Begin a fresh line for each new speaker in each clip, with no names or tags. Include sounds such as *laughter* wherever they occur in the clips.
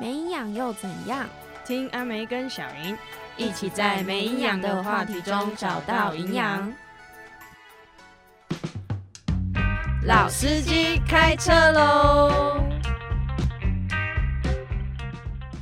没营养又怎样？
听阿梅跟小莹
一起在没营养的话题中找到营养。。老司机开车喽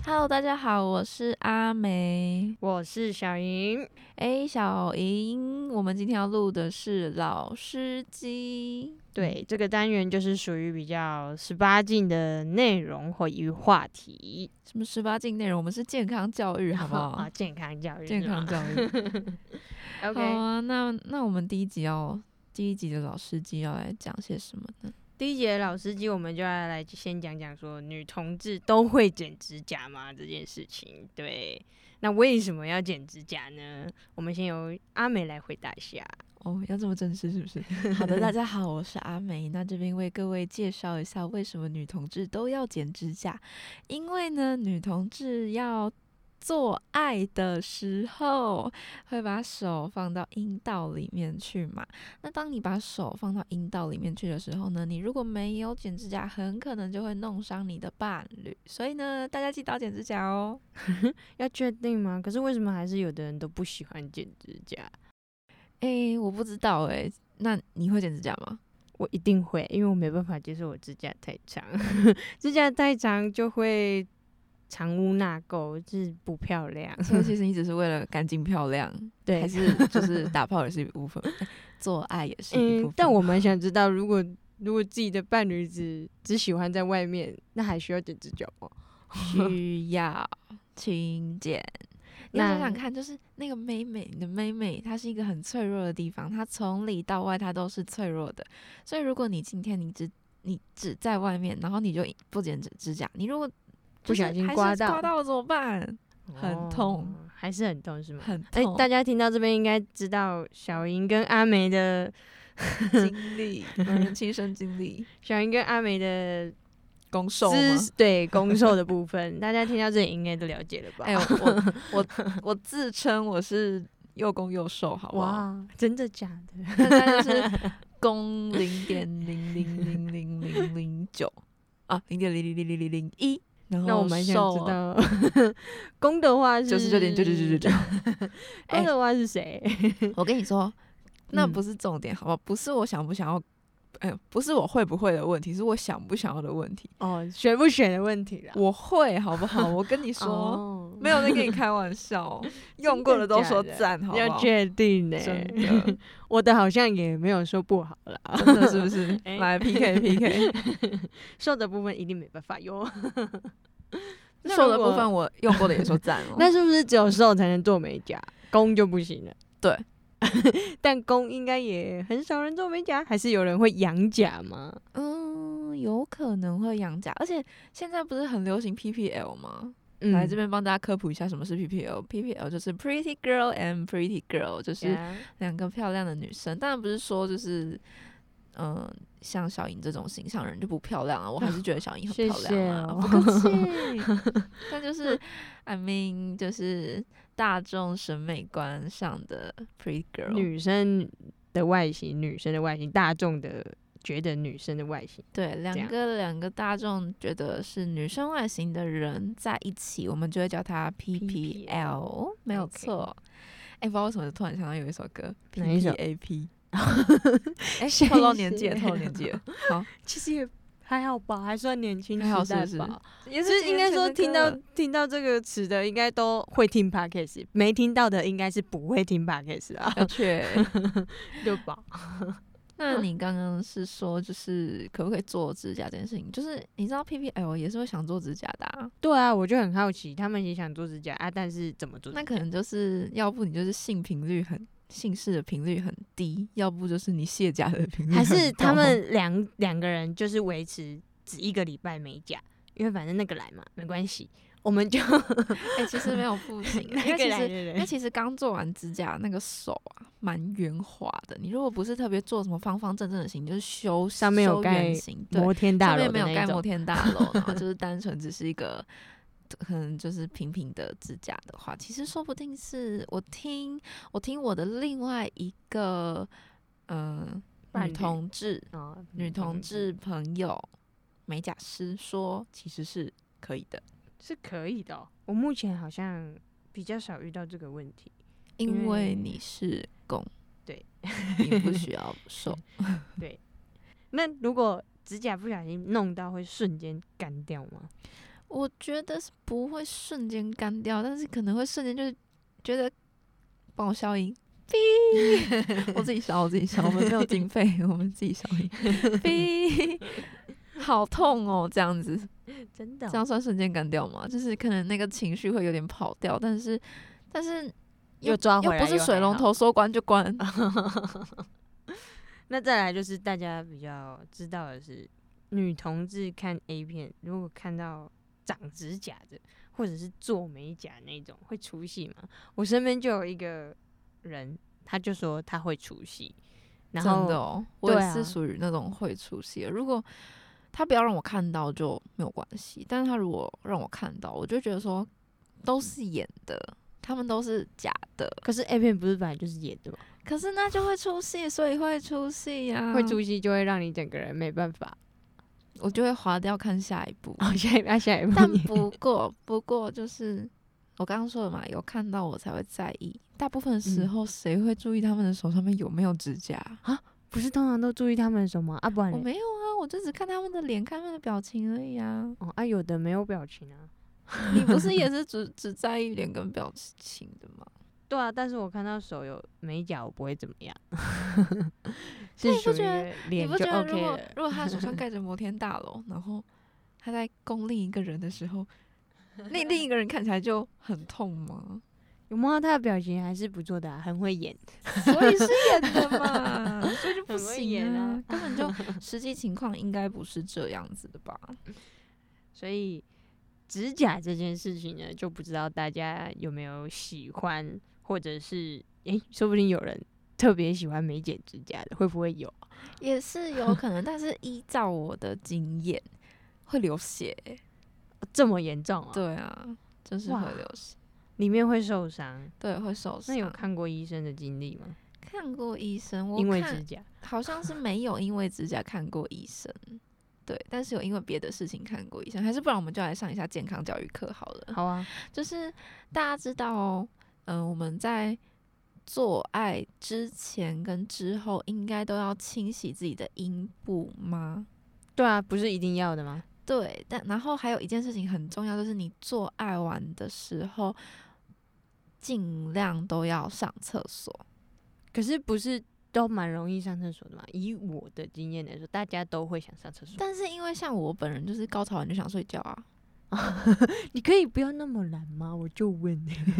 ！Hello，大家好，我是阿梅。
我是小莹，
哎，小莹，我们今天要录的是老司机。
对这个单元就是属于比较十八禁的内容或与话题，
什么十八禁内容？我们是健康教育，好不好 *laughs*
*laughs* 啊，？健康教育，
健康
是吗
教育。 *laughs* 好
OK，
啊，那那我们第一集要第一集的老司机要来讲些什么呢？
第一节老司机，我们就要来先讲讲说女同志都会剪指甲吗这件事情。对，那为什么要剪指甲呢？我们先由阿美来回答一下。
哦，要这么正式是不是？ *laughs* 好的，大家好，我是 *laughs* 阿梅。那这边为各位介绍一下为什么女同志都要剪指甲，因为呢，女同志要做爱的时候会把手放到阴道里面去嘛。那当你把手放到阴道里面去的时候呢，你如果没有剪指甲，很可能就会弄伤你的伴侣。所以呢，大家记得要剪指甲哦。
要确定吗？可是为什么还是有的人都不喜欢剪指甲？
诶、我不知道诶、那你会剪指甲 *laughs* 吗？
我一定会，因为我没办法接受我指甲太长， *laughs* 指甲太长就会藏污纳垢，就是不漂亮。
所以其实你只是为了干净漂亮，还
对，
是就是打炮也是一部分， *laughs* 哎做爱也是一部分。
嗯，
*laughs*
但我蛮想知道，如果如果自己的伴侣只只喜欢在外面，那还需要剪指甲吗？
需要勤俭。 *laughs* 你要
那
想想看，就是那个妹妹，你的妹妹，她是一个很脆弱的地方，她从里到外她都是脆弱的。所以如果你今天你只你只在外面，然后你就不剪指指甲，你如果
不
就是
小心
还是
刮
刮
到
到了怎么办？很
哦
痛，
还是很痛是吗？
很
哎、
痛。
大家听到这边应该知道小莹跟阿梅的
经 *laughs* 历，本人亲身经 *laughs* 历，
小莹跟阿梅的
攻受吗？
知
*laughs*
对攻受的部分，大家听到这里应该都了解了吧？
哎、我我我我自称我是又攻又受，好不好？
哇，真的假
大
的？
概就是攻零点零零零零零零九啊，零点零零零零零零一。然
那我
后
蛮想
受
知道，攻的话是
九十九点九九九九九。
攻的话是谁？
*laughs* 我跟你说，那
嗯
不是重点，好不好？不是我想不想要，哎、不是我会不会的问题，是我想不想要的问题。
哦，选不选的问题啦。
我会，好不好？我跟你说。
哦
没有在跟你开玩 *laughs* 笑，用过的都说赞，好不
要
好？
确定呢、
真的，
我的好像也没有说不好啦，
真的是不 *laughs* 是？
哎
来 PK PK，
瘦的部分一定没办法 *laughs* 哟。那
*laughs* 瘦的
如果
部分我用过的也说赞 *laughs* 哦。
那是不是只有瘦才能做美甲，公就不行了？
对，
*laughs* 但公应该也很少人做美甲，还是有人会养甲吗？
嗯，有可能会养假，而且现在不是很流行 PPL 吗？
嗯
来这边帮大家科普一下什么是 PPL。PPL 就是 Pretty Girl and Pretty Girl，就是
呀
两个漂亮的女生。当然不是说就是，嗯、像小莹这种形象人就不漂亮啊，我还是觉得小莹很
哦谢
漂亮啊，
谢哦哦
不客气。但就是，I mean，就是大众审美观上的 Pretty Girl，
女生的外形，女生的外形，大众的觉得女生的外形，
对，两
样
个两个大众觉得是女生外形的人在一起，我们就会叫它 PPL，没有
OK
错。哎、不知道为什么突然想到有一首歌
哪一首 *laughs*
PPAP，哎，透露年纪了，
谢
透
谢
露年纪了，
*laughs*
好，
其实也还好吧，还算年轻
还好是不
时
是
代吧。
也
就是应该说听到
对
听到这个词的，应该都会听 podcast，没听到的应该是不会听 podcast *laughs* 啊，
要哦确。
对吧？ *laughs*
那你刚刚是说，就是可不可以做指甲这件事情？就是你知道 PPL 也是会想做指甲的、啊，
对啊，我就很好奇，他们也想做指甲啊，但是怎么做指甲？
那可能就是要不你就是性频率很性事的频率很低，要不就是你卸甲的
*laughs*
频率
还
很
是他
高
们两两个人就是维持只一个礼拜美甲，因为反正那个来嘛，没关系，我们就 *laughs*
哎、其实没有不行啊，因
那
为
个
其
来的
实因为
人。
其实刚做完指甲那个手啊，蛮圆滑的。你如果不是特别做什么方方正正的形，就是修
上面有
修
盖
圆形，对，
摩天
上
大楼
面
的
没有
那
盖
一
摩
种，
天大楼，然后就是单纯只是一个。可能就是平平的指甲的话，其实说不定是我听我听我的另外一个嗯、
伴
女
侣
同志
哦
女同，志朋友美甲师说，其实是可以的。
是可以的哦、我目前好像比较少遇到这个问题。因
因
为
为你是公，
对，
你不需要
*laughs*
瘦。
那如果指甲不小心弄到，会瞬间干掉吗？
我觉得是不会瞬间干掉，但是可能会瞬间就是觉得帮我消音，哔，我自己消，我自己消，我们没有经费，我们自己消音，哔， *laughs* 好痛哦，这样子，
真的哦
这样算瞬间干掉吗？就是可能那个情绪会有点跑掉，但是但是
又抓
又
回来，
不是水龙头。说关就关，
那再来就是大家比较知道的是，女同志看 A 片，如果看到长指甲的，或者是做美甲那种，会出戏吗？我身边就有一个人，他就说他会出戏，然
真
后
的哦，我
对
也
啊
是属于那种会出戏的。如果他不要让我看到就没有关系，但是他如果让我看到，我就觉得说都是演的，他们都是假的。
可是 A 片不是本来就是演的吗？
可是那就会出戏，所以会出戏呀、
会，出戏就会让你整个人没办法。 *laughs*
我就会划掉看下一部。
哦，下一趴下一
*laughs*
趴
但，不过，不过就是我刚刚说的嘛，有看到我才会在意。大部分时
嗯
候，谁会注意他们的手上面有没有指甲？
不是通常都注意他们的手吗？啊，不然
我
嘞
没有啊，我就只看他们的脸，看他们的表情而已啊。
哦啊，有的没有表情啊。
你不是也是只只在意脸跟表情的吗？
对啊，但是我看到手有美甲，我不会怎么样。 *laughs*
那
是
你不
属于
觉得你
脸
不
就
觉得如
OK
果
了。
如果他手 *laughs* 上盖着摩天大楼，然后他在攻另一个人的时候，那另一个人看起来就很痛吗？
有摸到他的表情还是不错的、啊，很会演。
*laughs* 所以是演的嘛，所以就不
很会演
行啊 *laughs*
啊，
根本就实际情况应该不是这样子的吧？
所以指甲这件事情呢，就不知道大家有没有喜欢，或者是诶、说不定有人特别喜欢美剪指甲的，会不会有？
也是有可能，但是依照我的经验，会流血、欸
这么严重啊、
对啊，就是
哇
会流血，
里面会受伤。
对，会受伤。
那有看过医生的经历吗？
看过医生？我
因为
看
指甲
好像是没有因为指甲看过医生，对，但是有因为别的事情看过医生，还是不然我们就来上一下健康教育课好了。
好啊，
就是大家知道、哦，嗯、我们在做爱之前跟之后应该都要清洗自己的阴部吗？
对啊，不是一定要的吗？
对，但然后还有一件事情很重要，就是你做爱完的时候，尽量都要上厕所。
可是不是都蛮容易上厕所的嘛？以我的经验来说，大家都会想上厕所。
但是因为像我本人就是高潮完就想睡觉啊，
你可以不要那么懒吗？我就问，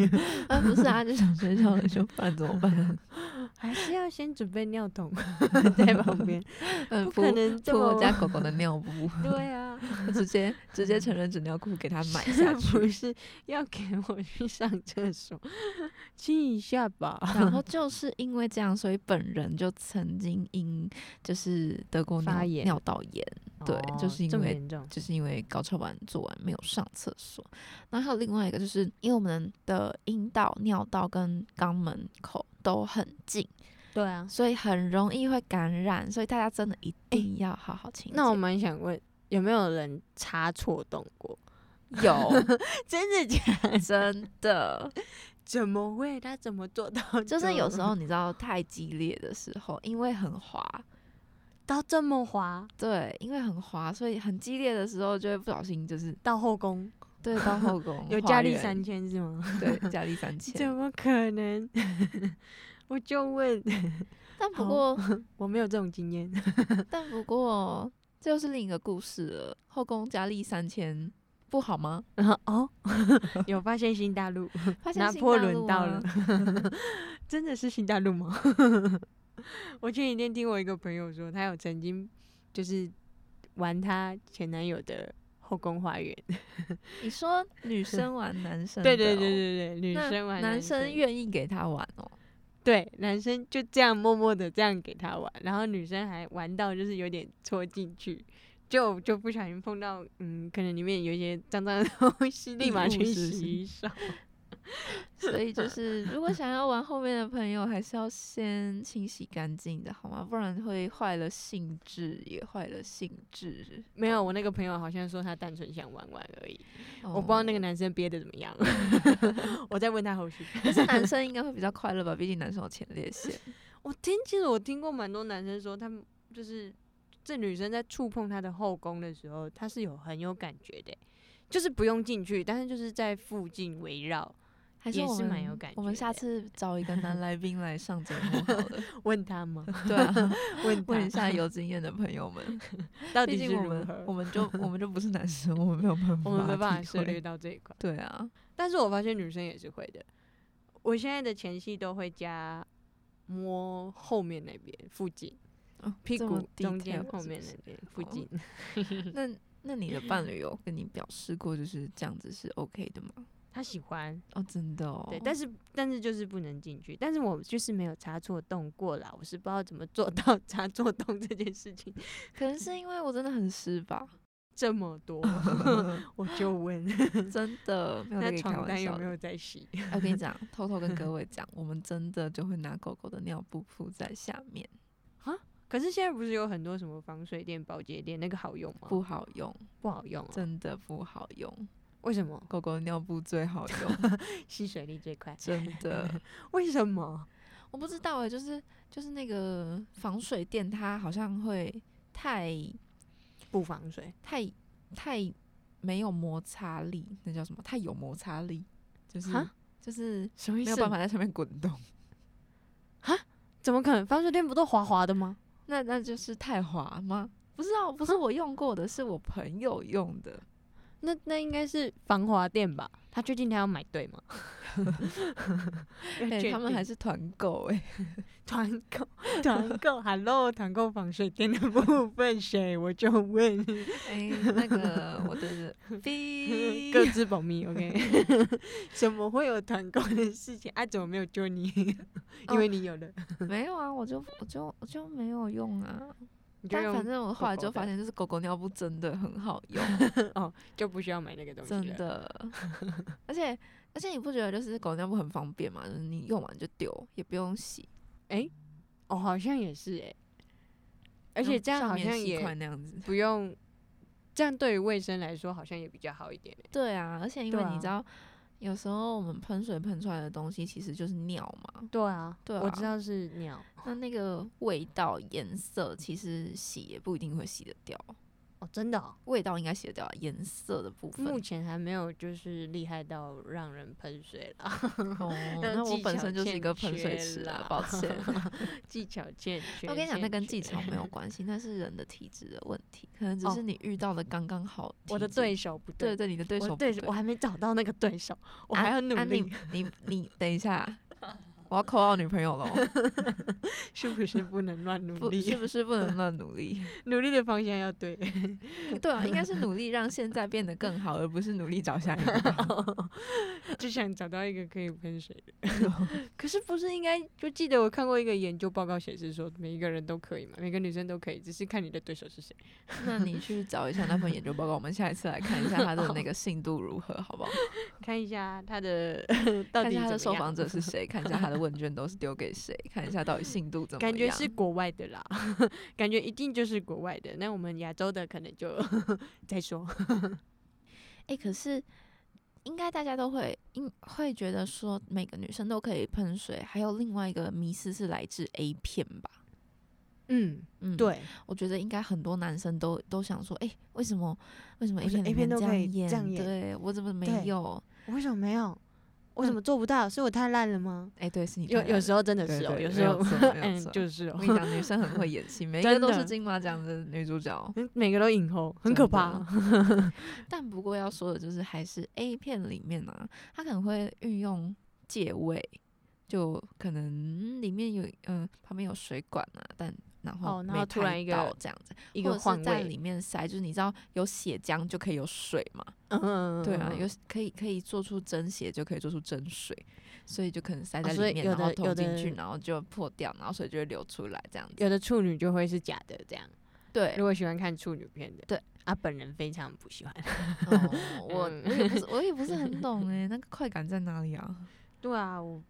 *laughs* 啊，不是啊，就想睡觉了，就不然怎么办？
*laughs* 还是要先准备尿桶 *laughs* 在旁边，
嗯，
*laughs* 不
铺
可能这
铺我
么
家狗狗的尿布，
对啊，
*laughs* 直 *laughs* 接直接成人纸尿裤给它买下
是
去。*laughs*
不是要给我去上厕所， *laughs* 亲一下 *laughs* 吧？
然后就是因为这样，所以本人就曾经因就是得过
发
尿
炎
尿道炎，对
哦
就是因
这么
为
严重，
就是因为高潮完做完没有上厕所。然后还有另外一个，就是因为我们的阴道、尿道跟肛门口都很近，
对啊。
所以很容易会感染，所以大家真的一定要好好清洁。
那我蛮想问，有没有人插错洞过？
有。*laughs*
*laughs* 真的假 *laughs*
真的，
怎么会？他怎么做到的？
就是有时候你知道太激烈的时候，因为很滑，
*laughs* 到这么滑，
对，因为很滑，所以很激烈的时候就会不小心
*laughs*
就是
到后宫
对到后 *laughs* 宫
有
花
佳丽
园
三，千是吗？
对佳丽
*laughs*
三
怎
千。
么可 *laughs* 能？我就问，
但不
好 *laughs*
过，
我没有这种经验。
但不过，这又是另一个故事了。后宫佳丽三千不好吗？
然后 *laughs* 哦，有发现新大陆，
发现
拿
新
破
大
仑
陆
到
啊
了， *laughs* 真的是新大陆吗？ *laughs* 我前几天听我一个朋友说，他有曾经就是玩她前男友的后宫花园，
你说女生玩
*laughs*
男生的哦、
对对对对对，女
那
生玩
男
生
生愿意给他玩哦。
对，男生就这样默默的这样给他玩，然后女生还玩到就是有点戳进去，就就不小心碰到，嗯，可能里面有一些脏脏的东西，立
异
马
物 *laughs*
去
是不是
洗手。
所以就是如果想要玩后面的朋友，还是要先清洗干净的好吗？不然会坏了兴致，也坏了兴致。
没有，我那个朋友好像说他单纯想玩玩而已，我不知道那
个
个男生憋的怎么
*laughs*
样。我再问他后续。
嗯男生应该会比较快乐吧，毕竟男生有前列腺。
*laughs* 我听，其实我听过蛮多男生说，他们就是这女生在触碰他的后宫的时候，他是有很有感觉的欸、就是不用进去，但是就是在附近围绕，
还是
也
我
是
们
蛮有感
我们
觉
下
的
次找一个
*laughs*
男来宾来上节目好了。
问他吗？
对啊，
问
问一下
他 *laughs*
有经验的朋友们，
到
毕
底是
竟我
如
们我
何？
们就我们就不是男生，我们没有办法，
*laughs* 我们没办法涉
涉
猎
猎。
到这一块，
对啊，
但是我发现女生也是会的。我现在的前戏都会加摸后面那边附近，
哦
屁
这么
股中间
detail
后
是不
面
是
那边附
哦
近。
那那你的伴侣有跟你表示过就是这样子是 OK 的吗？
他喜欢，
哦，真的哦。
对，但
是
是但是就是不能进去，但是我就是没有插错洞过啦，我是不知道怎么做到 *laughs* 插错洞这件事情
可能是因为我真的很湿 *laughs* 吧，
这么多，
*laughs*
我就问
真的没有在
那
跟你开
床单
玩
有
笑
没
的。
有在洗？ *laughs*
哎我跟你讲， *laughs* 偷偷跟各位讲，我们真的就会拿狗狗的尿布铺在下面，
可是现在不是有很多什么防水垫、保洁垫，那个好用吗？
不好用，
不好用、啊，
真的不好用。
为什么？
狗狗的尿布最好用，
*laughs*
*laughs*
吸水力最快，
真的。
为什么？
我不知道哎、就是就是那个防水垫，它好像会太
不防水，
太太没有摩擦力，那叫什么？太有摩擦力，就是
哈
就是
什么意
没有办法在上面滚动。 *laughs*
怎么可能？防水垫不都滑滑的吗？
那那就是太滑吗？不知道，不是我用过的，是我朋友用的。
那那应该是防滑垫吧？他确定他要买对吗？ *laughs* 要
哎、
确
他们
定
还是团购哎、
团 *laughs* 购，团购，Hello，团购防水垫的部分谁？我就问，
哎、那个我 *laughs* 的 B
各自保密，OK？怎么会有团购的事情？啊，怎么没有救你？因为你有了，
没有啊，我就我就我就没有用啊。
你就
但反
用
正我后来
狗
就
狗的
发现，就是狗狗尿布真的很好用。
就不需要买那个东西
真
了。
的， *laughs* 而且而且你不觉得就是狗尿布很方便吗？就是你用完就丢，也不用洗，
哦，好像也是哎、而且
用
这样
上
好
面
像
吸
也
块那样子。
不用，这样对于卫生来说好像也比较好一点、欸。
对啊，而且因为
对啊
你知道，有时候我们喷水喷出来的东西其实就是尿嘛，
对啊，
对
我
啊
知道是尿。
那那个味道、颜色，其实洗也不一定会洗得掉。
哦，真的、哦，
味道应该洗得掉啊，颜色的部分。
目前还没有就是厉害到让人喷水啦。
哦，*laughs*
那
那我
技
本
巧
身就是一
欠
个喷水
缺
池啊
啦，
抱歉。 *laughs*
技巧欠缺。
我跟你讲，那
欠
跟
缺
技巧没有关系，那是人的体质的问题，可能只
哦
是你遇到的刚刚好。
我的对手不
对
对，
对，你的对
我
手
的
不
对
对
手我还没找到那个对手，我
啊
还要努
啊
力，
你你你等一下， *laughs* 我要扣到女朋友了哦，
是不是不能乱努
不是
力？
不是不能乱努 *laughs* 力？
努力的方向要对。
对啊，应该是努力让现在变得更好，而不是努力找下一个。
就想找到一个可以喷水的。可是不是应该就记得我看过一个研究报告显示说，每一个人都可以嘛，每个女生都可以，只是看你的对手是谁。
*laughs* 那你去找一下那份研究报告，我们下一次来看一下他的那个信度如何，好不好？
看一下她 *laughs* 的到
看
底
一
怎
下他的受
么
访
样。
者是谁，看一下他的问卷都是丢给谁，看一下到底信度怎么样。
感觉是国外的啦，感觉一定就是国外的。那我们亚洲的可能就 *laughs* 再说。
哎、可是应该大家都会应会觉得说每个女生都可以喷水，还有另外一个迷思是来自 A 片吧？
嗯，
嗯，
对，
我觉得应该很多男生都都想说，哎、为什么为什么
为
A
什么
片
A 片都
里面
可以
这样
这样演
对我怎么
对
没有？
我为什么没有？我怎
嗯
么做不到？是我太烂了吗？
哎、对，是你
有有时
候
候真的
对
是哦，
对
有
没
时
有
候
错没有
嗯
错
就是
我
哦
跟，你讲，女生很会演戏，每一个
真
都是
的
金马奖的女主角，
嗯每个都影后，很
真
可
的
怕。
但不过要说的就是，还是 A 片里面啊，它可能会运用借位，就可能里面有嗯、旁边有水管啊，但然后
哦然
没
后突
拍
然一个
到这样子，
一
或
个
者
换
是在
位，
里面塞，就是你知道有血浆就可以有水嘛，
嗯
对啊，
嗯嗯
有可以可以做出真血就可以做出真水，所以就可能塞
哦
在
所
里
以
面，
有
然后
的有
投进
的
去，然后就破掉，然后水就会流出来这样子。
有的处女就会是假的这样，
对
如，果喜欢看处女片的，
对，
啊，本人非常不喜欢。 *laughs*
哦我我也不是我也不是很懂哎、那个快感在哪里啊？
对啊，我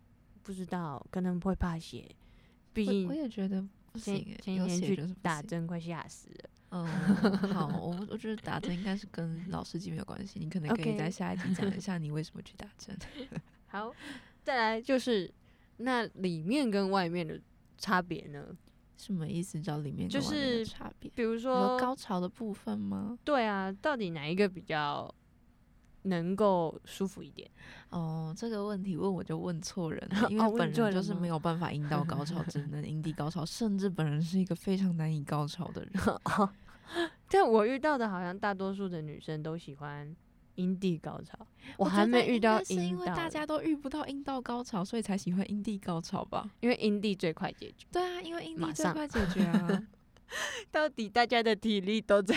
不知道，可能会怕血，毕
我
竟
我也觉得不行
前
哎、
前
有
几
血
天
就是
去
不
打
行
针，快吓死了。
嗯，好，我我觉得打针应该是跟老司机没有关系，你可能可以
OK
在下一集讲一下你为什么去打针。 *laughs*
好，再来就是那里面跟外面的差别呢？
什么意思？叫里面
就
跟外面的
是
差别？
比如
你说
说，
高潮的部分吗？
对啊，到底哪一个比较能够舒服一点？
哦，这个问题问我就啊问错人 *laughs* 了，因
哦
为
问
本
错
人
人
就是没
吗
有办法阴道高潮，只能阴蒂高潮，甚至本人是一个非常难以高潮的人。 *laughs*
但我遇到的好像大多数的女生都喜欢阴蒂高潮，我
觉
还
得
没遇
应该
到
是因
阴
为
道
大
的，
家都遇不到阴道高潮，所以才喜欢阴蒂高潮吧？
因为阴蒂最快解决。
对啊，因为阴蒂
马
最
上
快解决 *laughs* 啊。
到底大家的体力都在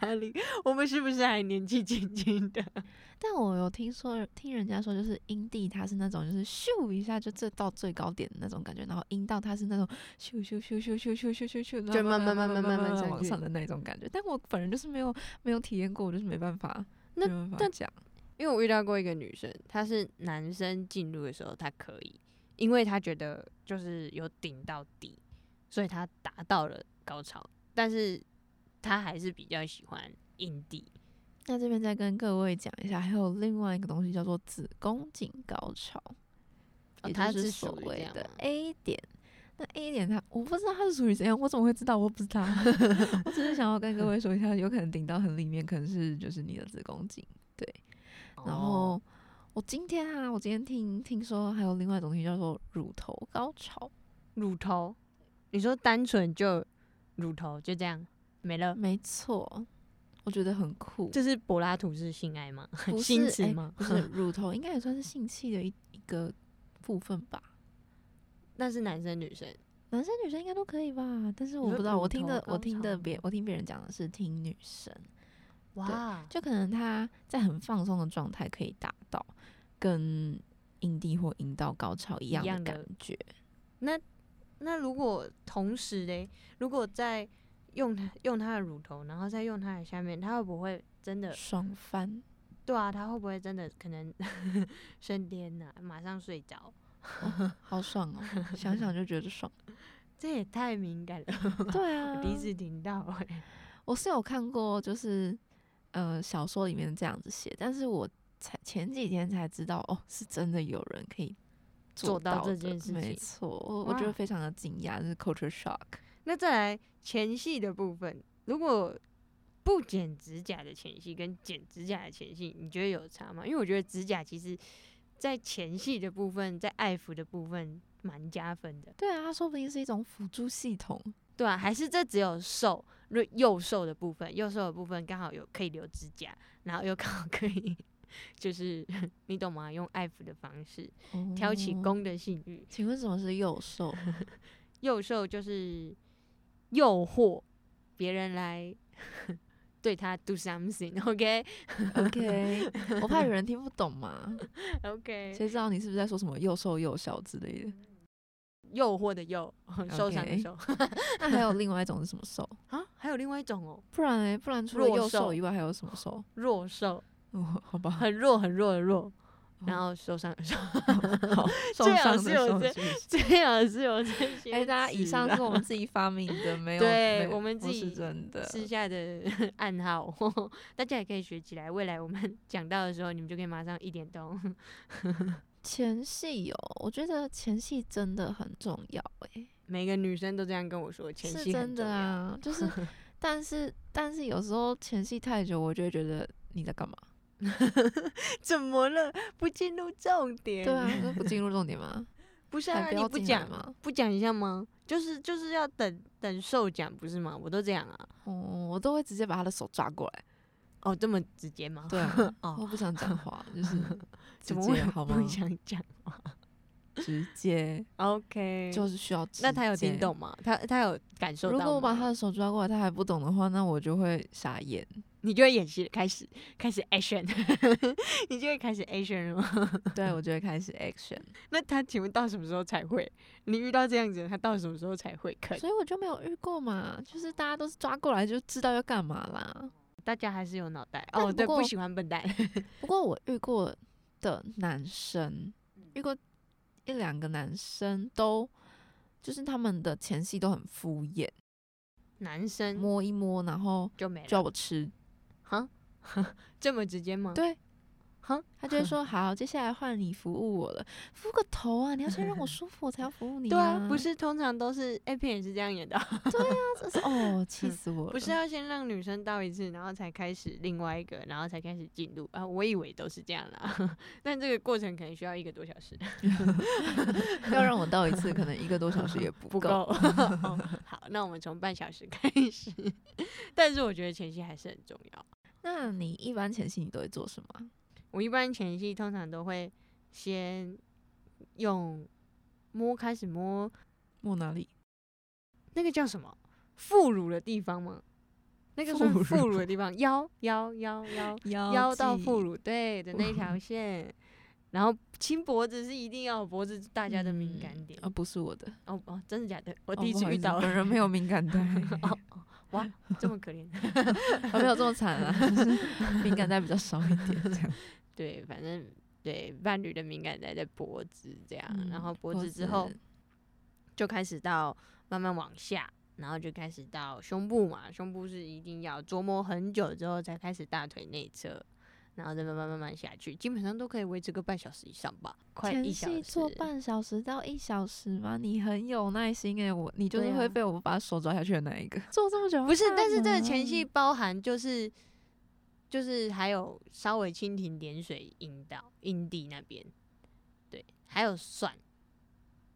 哪里？我们是不是还年纪轻轻的？
但我有听说，听人家说，就是阴蒂它是那种就是咻一下就最到最高点的那种感觉，然后阴道它是那种咻咻咻咻咻咻咻咻咻，然后
就慢慢慢慢
慢
慢慢上
往
去
上的那种感觉。但我本人就是没有没有体验过，我就是没办法，
那
没办法
但
讲
因为我遇到过一个女生，她是男生进入的时候她可以，因为她觉得就是有顶到底，所以她达到了高潮，但是她还是比较喜欢阴蒂。
那这边再跟各位讲一下，还有另外一个东西叫做子宫颈高潮，
哦
也
它
就是
是
所
属于这
谓
样
的
吗
A 点。那 A 点它我不知道它是属于怎样，我怎么会知道？我不知道， *laughs* 我只是想要跟各位说一下，有可能顶到很里面，可能是就是你的子宫颈。然
哦
后我今天啊，我今天听听说还有另外一种东西叫做乳头高潮，
乳头，你说单纯就乳头就这样没了，
没错，我觉得很酷。
这是柏拉图式性爱吗？ *laughs*
不
新
是
奇
哎
吗
不是乳头，应该也算是性器的一一个部分吧。
那是男生女生
男生女生应该都可以吧，但是我
说
不知道，
乳
我听的
头
我
高
听的
潮
别
吗
我听别人讲的是听女生，
哇，
就可能她在很放松的状态可以达到跟阴蒂或阴道高潮一
一
样
样
的
的
感觉。
那如果同时嘞，如果在用它用它的乳头，然后再用它的下面，它会不会真的？
双翻
对啊，它会不会真的可能 *laughs* 升天呐、马上睡着？
好爽
*laughs*
哦，想想就觉得爽。
这也太敏感了，
对啊，
我第一次听到、欸。
我是有看过，就是呃小说里面这样子写，但是我才前几天才知道，哦，是真的有人可以
做到
到
这
的
件事
没
情
错，我我觉
哇
得非常的惊讶，就是 culture shock。
那再来前戏的部分，如果不剪指甲的前戏跟剪指甲的前戏，你觉得有差吗？因为我觉得指甲其实，在前戏的部分，在爱抚的部分蛮加分的。
对啊，它说不定是一种辅助系统。
对啊，还是这只有瘦，如右瘦的部分，右瘦的部分刚好有可以留指甲，然后又刚好可以， *laughs* 就是 *laughs* 你懂吗？用爱抚的方式挑起
哦。
公的性欲。
请问什么是幼兽？
右瘦就是诱惑别人来 *laughs* 对他 do *laughs* something，OK
OK，我 *laughs* 怕有人听不懂
*laughs*
嘛，
OK，
谁知道你是不是在说什么又瘦又小之类的？
诱惑的诱，受伤的
OK
受
那还有另外一种是什么瘦？
啊，还有另外一种哦，
不然、欸、不然除了
弱
幼
兽
兽以外还有什么兽？
弱瘦，
哦，好吧，
很弱很弱的弱，然
哦
后受伤的受， *laughs*
好，受
最好
伤
是
的
有
受
这
是不是
最好是有这些词啦。啊
哎、大家以
*laughs*
上是我们自己发明的，没有
对
没
我们自
不
己
是真的。
私下的 *laughs* 暗号，大家也可以学起来。未来我们 *laughs* 讲到的时候，你们就可以马上一点通。 *laughs*
前戏有，我觉得前戏真的很重要、哎，
每个女生都这样跟我说，前
是
戏很
真
重
的
要。
啊，就是，
*laughs*
但是但是有时候前戏太久，我就会觉得你在干嘛？
怎么了？不进入重点？
对啊，那不进入重点吗？ *laughs*
不是啊，
还
你
要
不
进来
讲，
吗？
不讲一下吗？就是就是要等等受奖，不是吗？我都这样啊。
哦，我都会直接把他的手抓过来。
哦，这么直接吗？，
对 *laughs* 啊
哦
我不想讲话，就是
*laughs*
直
怎么
接
会
好吗？
不想讲
直
*laughs*
接
？OK，
*laughs* 就是需要直接。
那他有听懂吗？他他有感受到
如
吗？ *laughs*
果我把他的手抓过来，他还不懂的话，那我就会傻眼。
你就会演戏了开始开始 action，你就会开始 action 了吗。 *laughs*
对我就会开始 action，
那他请问到什么时候才会？你遇到这样子的人，他到什么时候才会啃？
所以我就没有遇过嘛，就是大家都是抓过来就知道要干嘛啦。
大家还是有脑袋
但
哦，对，
不
不
过
喜欢笨蛋。 *laughs*
不过我遇过的男生，
嗯
遇过一两个男生都。就是他们的前戏都很敷衍，
男生
摸一摸，然后
就嗯没
就
了，嗯
要我吃。
哈， *laughs* 这么直接吗？
对，
哈，
他就会说：“好，接下来换你服务我了，服务个头啊！你要先让我舒服，我才要服务你、
*laughs* 对
啊
啊，，不，是通常都是 A 片也是这样演的， *laughs*
这是 *laughs* 哦，气死我了！
嗯不是啊要先让女生到一次，然后才开始另外一个，然后才开始进入啊。我以为都是这样啦， *laughs* 但这个过程可能需要一个多小 *laughs* 时，
要
*laughs*
让我到一次，可能一个多小时也不
不够。 *laughs* 哦好，那我们从半小时开始， *laughs* 但是我觉得前戏还是很重要。
那你一般前戏你都会做什么啊？
我一般前戏通常都会先用摸开始摸
摸哪里？
那个叫什么副乳的地方吗？那个算
副乳
副乳的哦地方，腰腰腰腰
腰
腰到
际
副乳对的那条线，然后亲脖子是一定要有脖子，大家的敏感
嗯
点。
啊，不是我的，
哦哦，真的假的？我
我
第一次遇到
本
了，
人没有敏
*laughs*
感带，
哦哦， *laughs* 哇，这么可怜。
*laughs* 我没有这么惨啊，就是敏感带比较少一点，这 *laughs* 样。
对，反正对伴侣的敏感带在脖子这样，
嗯
然后嗯脖
脖
子之后就开始到慢慢往下，然后就开始到胸部嘛，胸部是一定要琢磨很久之后才开始大腿内侧，然后再慢慢慢慢下去，基本上都可以维持个半小时以上吧，快一
前
小时
戏。做半小时到一小时吗？你很有耐心诶、欸我你就是
对啊
会被我把手抓下去的那一
*laughs*
个。做这么久
不是，但是这个前戏
戏
包含就是就是还有稍微蜻蜓点水引导阴蒂那边，对，还有蒜，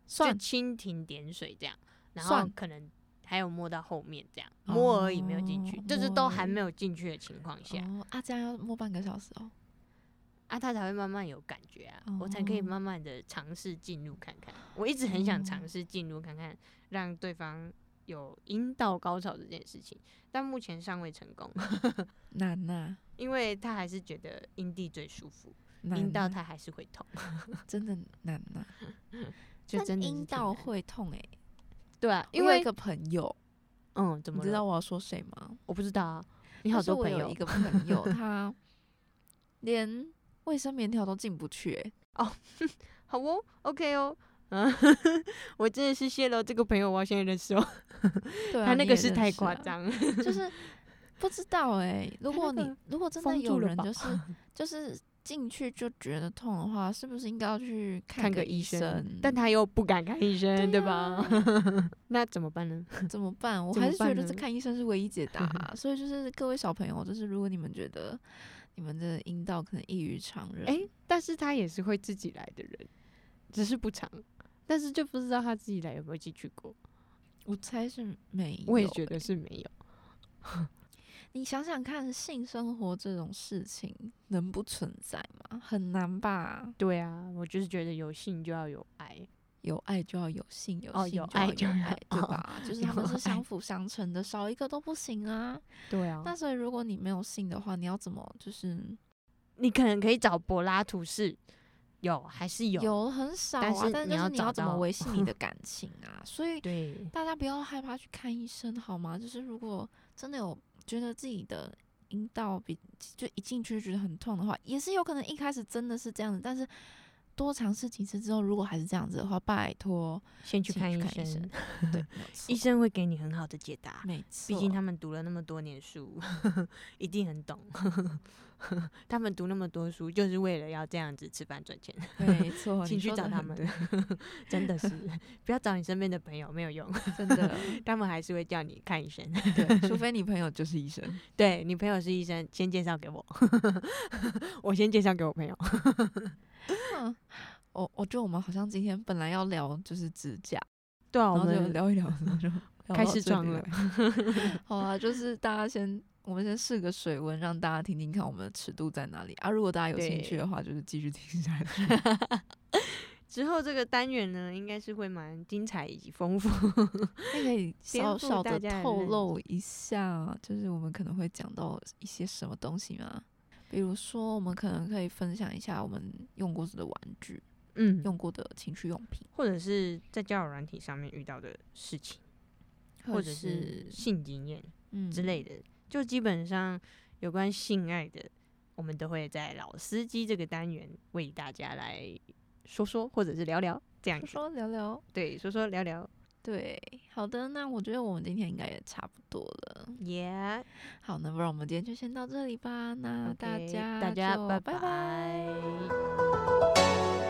算
就蜻蜓点水这样，然后
蒜
可能还有摸到后面这样，摸而已没有进去，
哦
就是
摸
都
而
还
已
没有进去的情况下，
哦啊，这样要摸半个小时哦。
啊，他才会慢慢有感觉啊，我才可以
哦
慢慢的尝试进入看看。我一直很想尝
哦
试进入看看，让对方有阴道高潮这件事情，但目前尚未成功，
难呐、
因为他还是觉得阴蒂最舒服，
难
阴
呐
道他还是会痛，
真的难呐、
*laughs*
*laughs*
就
但
真的是
阴
挺
道
难
会痛诶、
对啊，因
我有
为
一个朋友，
嗯，怎
你
么
知
了
道我要说谁吗？
我不知道啊，你
他
好
说
多
我
朋
有
友
一
*laughs*
个朋友，他连卫生棉条都进不去、欸，
好哦，OK 哦。嗯， *laughs* 我真的是泄露这个朋友，我要先认识哦。
对啊、
*laughs* 他那
你
个
也
是
认
太
识
夸
啊
张，
就是
*laughs*
不知道哎、如
他
果
那
你
个
如果真的
封住
有
了
人
吧
就是
*laughs*
就是进去就觉得痛的话，是不是应该要去
看
个
个医
生
生，？但他又不敢看医生，
对
对
啊
吧？ *laughs* 那怎么办呢？
*laughs* 怎么
*laughs*
办？我
怎
还
么
是觉
办
得这
呢
看医生是唯一解答啊、
*laughs*
所以就是各位小朋友，就是如果你们觉得你们的阴道可能异于常人，
哎、但是他也是会自己来的人，只是不长，但是就不知道他自己来有没有进去过。
我猜是没有。欸
我也觉得是没有。
你想想看，性生活这种事情能不存在吗？很难吧？
对啊，我就是觉得有性就要有爱。
有爱就要有性，有
哦
性
有
就要
爱就
有
要
爱，对
哦
吧？就是他们
有
是
爱
相辅相成的，少一个都不行啊。
对啊
那所以如果你没有性的话，你要怎么就是
你可能可以找柏拉图式，有还是有？
有很少
但
啊
是？
但
你
就
要
是你要
找
怎么
到
维系
*laughs*
你的感情啊？所以
对，
大家不要害怕去看医生好吗？就是如果真的有觉得自己的阴道比就一进去就觉得很痛的话，也是有可能一开始真的是这样子，但是多尝试几次之后，如果还是这样子的话，拜托
先去
请
看医
看医
*laughs* 生，
对，没有错
*laughs* 医生会给你很好的解答。
没错，
毕竟他们读了那么多年书， *laughs* 一定很懂。 *laughs* 他们读那么多书，就是为了要这样子吃饭赚钱。 *laughs*
没错，
请
你
去
说
找
得
他
很
们
对，
*laughs* 真的是不要找你身边的朋友，没有用，
真的
他们还是会叫你看医生。 *laughs*
对，除非你朋友就是医生，
对你朋友是医生，先介绍给我， *laughs* 我先介绍给我朋友。
嗯，我我觉得我们好像今天本来要聊就是指甲，
对啊，
然
我
后就
们
聊一聊，然后
*laughs*
就聊
开
到
始
这里
装了
来。 *laughs* 好啊，就是大家先，我们先试个水温，让大家听听看我们的尺度在哪里啊。如果大家有兴趣
对
的话，就是继续听下去。
之后这个单元呢，应该是会蛮精彩以及丰富。
*laughs* 那可以
颠
少
覆
少
大
的
家的
透
认
露一下，就是我们可能会讲到一些什么东西吗？比如说，我们可能可以分享一下我们用过的玩具、
嗯，
用过的情趣用品，
或者是在交友软体上面遇到的事情，或者是性经验
嗯
之类的，就基本上有关性爱的，我们都会在老司机这个单元为大家来说说，或者是聊聊这样
说说
子。
聊聊。
对，说说聊聊。
对，好的，那我觉得我们今天应该也差不多了。
耶，
好，那不然我们今天就先到这里吧。那大
OK，
家
大家
就
拜
拜
拜